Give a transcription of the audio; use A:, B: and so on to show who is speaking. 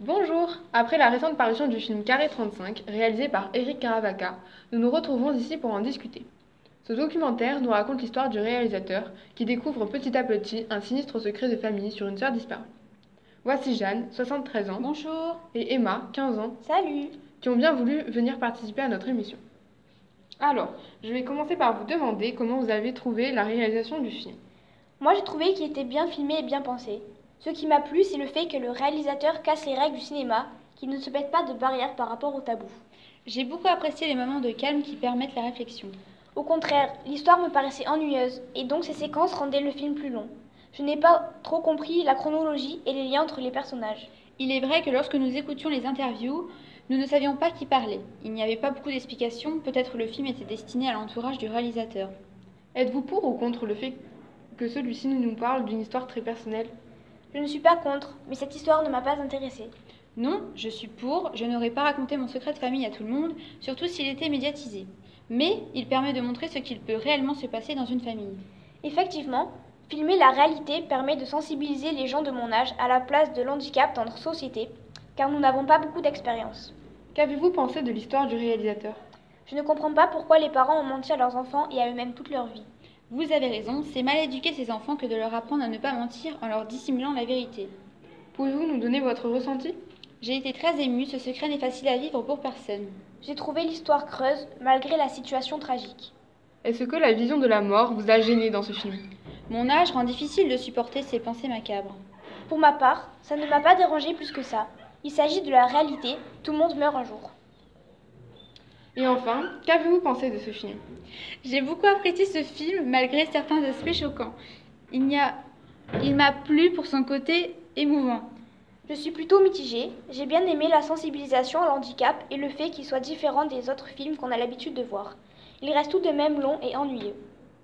A: Bonjour Après la récente parution du film Carré 35, réalisé par Eric Caravaca, nous nous retrouvons ici pour en discuter. Ce documentaire nous raconte l'histoire du réalisateur qui découvre petit à petit un sinistre secret de famille sur une sœur disparue. Voici Jeanne, 73 ans,
B: Bonjour.
A: et Emma, 15 ans,
B: Salut.
A: qui ont bien voulu venir participer à notre émission. Alors, je vais commencer par vous demander comment vous avez trouvé la réalisation du film.
B: Moi, j'ai trouvé qu'il était bien filmé et bien pensé. Ce qui m'a plu, c'est le fait que le réalisateur casse les règles du cinéma, qu'il ne se mette pas de barrières par rapport au tabou.
C: J'ai beaucoup apprécié les moments de calme qui permettent la réflexion.
B: Au contraire, l'histoire me paraissait ennuyeuse, et donc ces séquences rendaient le film plus long. Je n'ai pas trop compris la chronologie et les liens entre les personnages.
C: Il est vrai que lorsque nous écoutions les interviews, nous ne savions pas qui parlait. Il n'y avait pas beaucoup d'explications, peut-être le film était destiné à l'entourage du réalisateur.
A: Êtes-vous pour ou contre le fait que celui-ci nous parle d'une histoire très personnelle
B: Je ne suis pas contre, mais cette histoire ne m'a pas intéressée.
C: Non, je suis pour, je n'aurais pas raconté mon secret de famille à tout le monde, surtout s'il était médiatisé. Mais il permet de montrer ce qu'il peut réellement se passer dans une famille.
B: Effectivement, filmer la réalité permet de sensibiliser les gens de mon âge à la place de l'handicap dans notre société, car nous n'avons pas beaucoup d'expérience.
A: Qu'avez-vous pensé de l'histoire du réalisateur
B: Je ne comprends pas pourquoi les parents ont menti à leurs enfants et à eux-mêmes toute leur vie.
C: Vous avez raison, c'est mal éduquer ces enfants que de leur apprendre à ne pas mentir en leur dissimulant la vérité.
A: Pouvez-vous nous donner votre ressenti
C: J'ai été très émue, ce secret n'est facile à vivre pour personne.
B: J'ai trouvé l'histoire creuse malgré la situation tragique.
A: Est-ce que la vision de la mort vous a gêné dans ce film
C: Mon âge rend difficile de supporter ces pensées macabres.
B: Pour ma part, ça ne m'a pas dérangé plus que ça. Il s'agit de la réalité, tout le monde meurt un jour.
A: Et enfin, qu'avez-vous pensé de ce film
C: J'ai beaucoup apprécié ce film malgré certains aspects choquants. Il n'y a- il m'a plu pour son côté émouvant.
B: Je suis plutôt mitigée, j'ai bien aimé la sensibilisation à l'handicap et le fait qu'il soit différent des autres films qu'on a l'habitude de voir. Il reste tout de même long et ennuyeux.